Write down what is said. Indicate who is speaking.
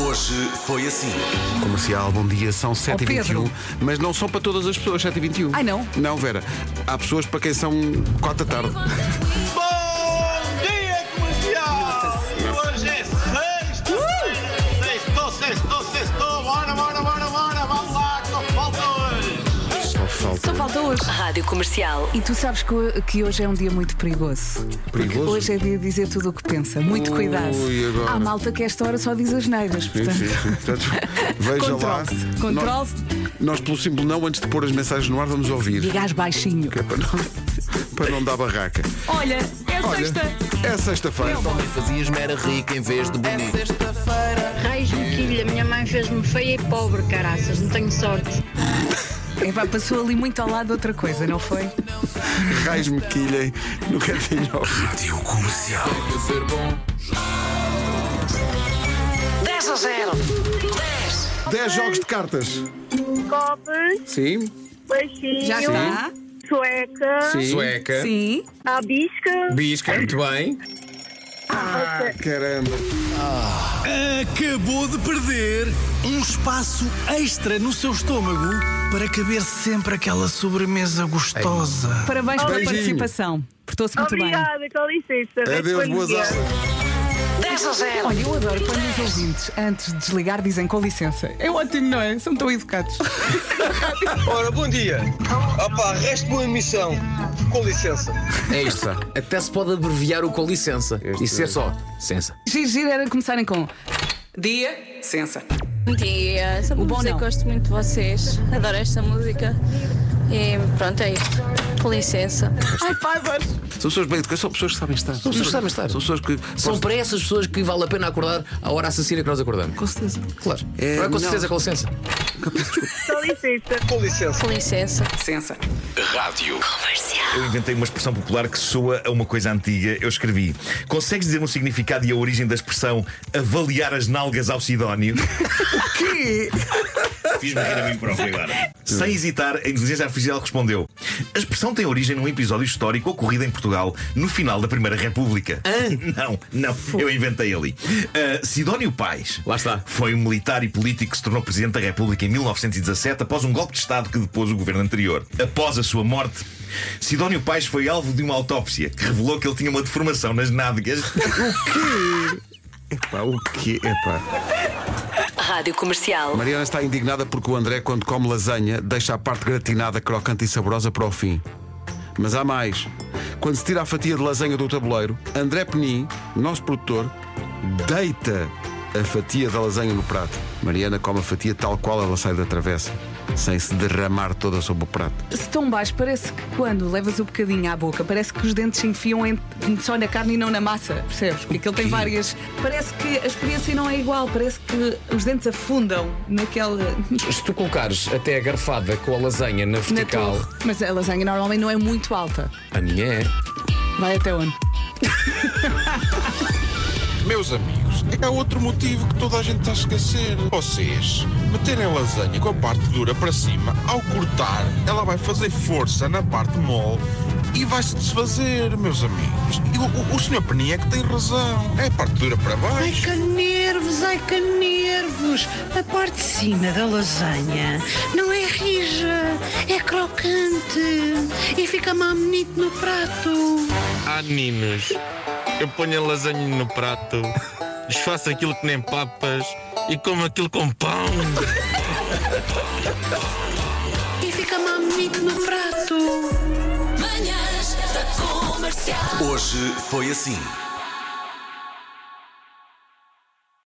Speaker 1: Hoje foi assim.
Speaker 2: Comercial, bom dia, são
Speaker 3: Oh,
Speaker 2: 7h21,
Speaker 3: Pedro.
Speaker 2: mas não são para todas as pessoas 7h21.
Speaker 3: Ai, não?
Speaker 2: Não, Vera. Há pessoas para quem são 4 da tarde.
Speaker 4: Bom dia, comercial! Hoje é sexta! Sextou, sextou, sextou! Bora, bora, bora, bora! Vamos lá, que não falta hoje!
Speaker 2: Só falta.
Speaker 3: Só falta hoje.
Speaker 5: Rádio Comercial.
Speaker 3: E tu sabes que, ho- que hoje é um dia muito perigoso. Porque
Speaker 2: Perigoso?
Speaker 3: hoje é dia de dizer tudo o que pensa. Muito
Speaker 2: Ui,
Speaker 3: cuidado.
Speaker 2: agora?
Speaker 3: Há malta que esta hora só diz as neiras.
Speaker 2: Sim,
Speaker 3: Portanto,
Speaker 2: sim, sim. Portanto, veja lá.
Speaker 3: Controle-se.
Speaker 2: Nós-
Speaker 3: Controle-se.
Speaker 2: Nós, pelo símbolo não, antes de pôr as mensagens no ar, vamos ouvir.
Speaker 3: diga as baixinho.
Speaker 2: Que é para não, para não dar barraca.
Speaker 3: Olha, é
Speaker 2: Olha,
Speaker 3: sexta. É
Speaker 2: É sexta-feira.
Speaker 6: Fazias-me era rico em vez de bonito.
Speaker 7: Reis no quilho, a minha mãe fez-me feia e pobre, caraças, não tenho sorte.
Speaker 3: Epá, É passou ali muito ao lado outra coisa, não foi?
Speaker 2: Raios me quilhem no cantinho.
Speaker 1: Rádio Comercial.
Speaker 5: 10 a 0. 10.
Speaker 2: 10 jogos de cartas.
Speaker 8: Copos,
Speaker 2: Sim,
Speaker 8: baixinho,
Speaker 3: Já tá. está?
Speaker 8: sueca,
Speaker 2: É
Speaker 6: Sueca.
Speaker 3: Sim.
Speaker 8: a bisca.
Speaker 6: Bisca, muito bem.
Speaker 2: Ah, caramba.
Speaker 9: Acabou de perder um espaço extra no seu estômago para caber sempre aquela sobremesa gostosa.
Speaker 3: Parabéns pela
Speaker 2: Beijinho.
Speaker 3: participação. Portou-se muito bem.
Speaker 8: Obrigada, com licença.
Speaker 2: Adeus,
Speaker 8: Bom
Speaker 2: boas
Speaker 8: dia.
Speaker 2: aulas.
Speaker 5: 10 a 0.
Speaker 3: Olha, eu adoro quando os ouvintes, antes de desligar, dizem com licença. É ótimo, não é? São tão educados.
Speaker 10: Ora, bom dia. Opa, resto boa emissão. Com licença.
Speaker 6: É isto. Até se pode abreviar o com licença. e
Speaker 9: é.
Speaker 6: ser só. Licença.
Speaker 3: Giro, giro era começarem com dia, sensa.
Speaker 11: Bom dia, só para
Speaker 3: O bom
Speaker 11: dizer
Speaker 3: não.
Speaker 11: que gosto muito de vocês, adoro esta música e pronto, é isto. Com licença.
Speaker 3: Ai, pá, adoro.
Speaker 2: São pessoas bem educadas, são pessoas que sabem estar. São
Speaker 6: pessoas que sabem estar.
Speaker 2: São pessoas que.
Speaker 6: São para essas pessoas que vale a pena acordar à hora assassina que nós acordamos. Com certeza. Claro.
Speaker 2: É,
Speaker 6: Não é com
Speaker 2: não.
Speaker 6: certeza, com licença.
Speaker 8: Com licença.
Speaker 10: Com licença.
Speaker 11: Com licença.
Speaker 3: Sensa.
Speaker 1: Rádio.
Speaker 9: Eu inventei uma expressão popular que soa a uma coisa antiga. Eu escrevi: Consegues dizer-me o significado e a origem da expressão avaliar as nalgas ao Sidónio? Fiz-me rir a mim próprio agora. Sem hesitar, a inteligência artificial respondeu: A expressão tem origem num episódio histórico ocorrido em Portugal no final da Primeira República. Não, não, eu inventei ali. Ah, Sidónio Pais.
Speaker 6: Lá está.
Speaker 9: Foi um militar e político que se tornou Presidente da República em 1917 após um golpe de Estado que depôs o governo anterior. Após a sua morte, Sidónio Pais foi alvo de uma autópsia que revelou que ele tinha uma deformação nas nádegas.
Speaker 2: Epá, o que é, pá?
Speaker 5: Rádio Comercial.
Speaker 2: Mariana está indignada porque o André, quando come lasanha, deixa a parte gratinada, crocante e saborosa para o fim. Mas há mais. Quando se tira a fatia de lasanha do tabuleiro, André Penin, nosso produtor, deita a fatia da lasanha no prato. Mariana come a fatia tal qual ela sai da travessa, sem se derramar toda sobre o prato.
Speaker 3: Se tão baixo, parece que quando levas o bocadinho à boca, parece que os dentes se enfiam em- só na carne e não na massa, percebes? Porque aquilo tem várias. Parece que a experiência não é igual, parece que os dentes afundam naquela.
Speaker 6: Se tu colocares até a garfada com a lasanha na
Speaker 3: na
Speaker 6: vertical.
Speaker 3: torre. Mas a lasanha normalmente não é muito alta.
Speaker 6: a minha é.
Speaker 3: Vai até onde?
Speaker 12: Meus amigos, é que há outro motivo que toda a gente está a esquecer. Vocês meterem a lasanha com a parte dura para cima, ao cortar, ela vai fazer força na parte mole e vai se desfazer, meus amigos. E o, o, o senhor Peninha é que tem razão. É a parte dura para baixo.
Speaker 7: nervos, ai que nervos! A parte de cima da lasanha não é rija, é crocante e fica mal bonito no prato.
Speaker 4: Ah, meninos, eu ponho a lasanha no prato, desfaço aquilo que nem papas e como aquilo com pão.
Speaker 7: E fica mal bonito no prato.
Speaker 5: Manhãs da Comercial.
Speaker 1: Hoje foi assim.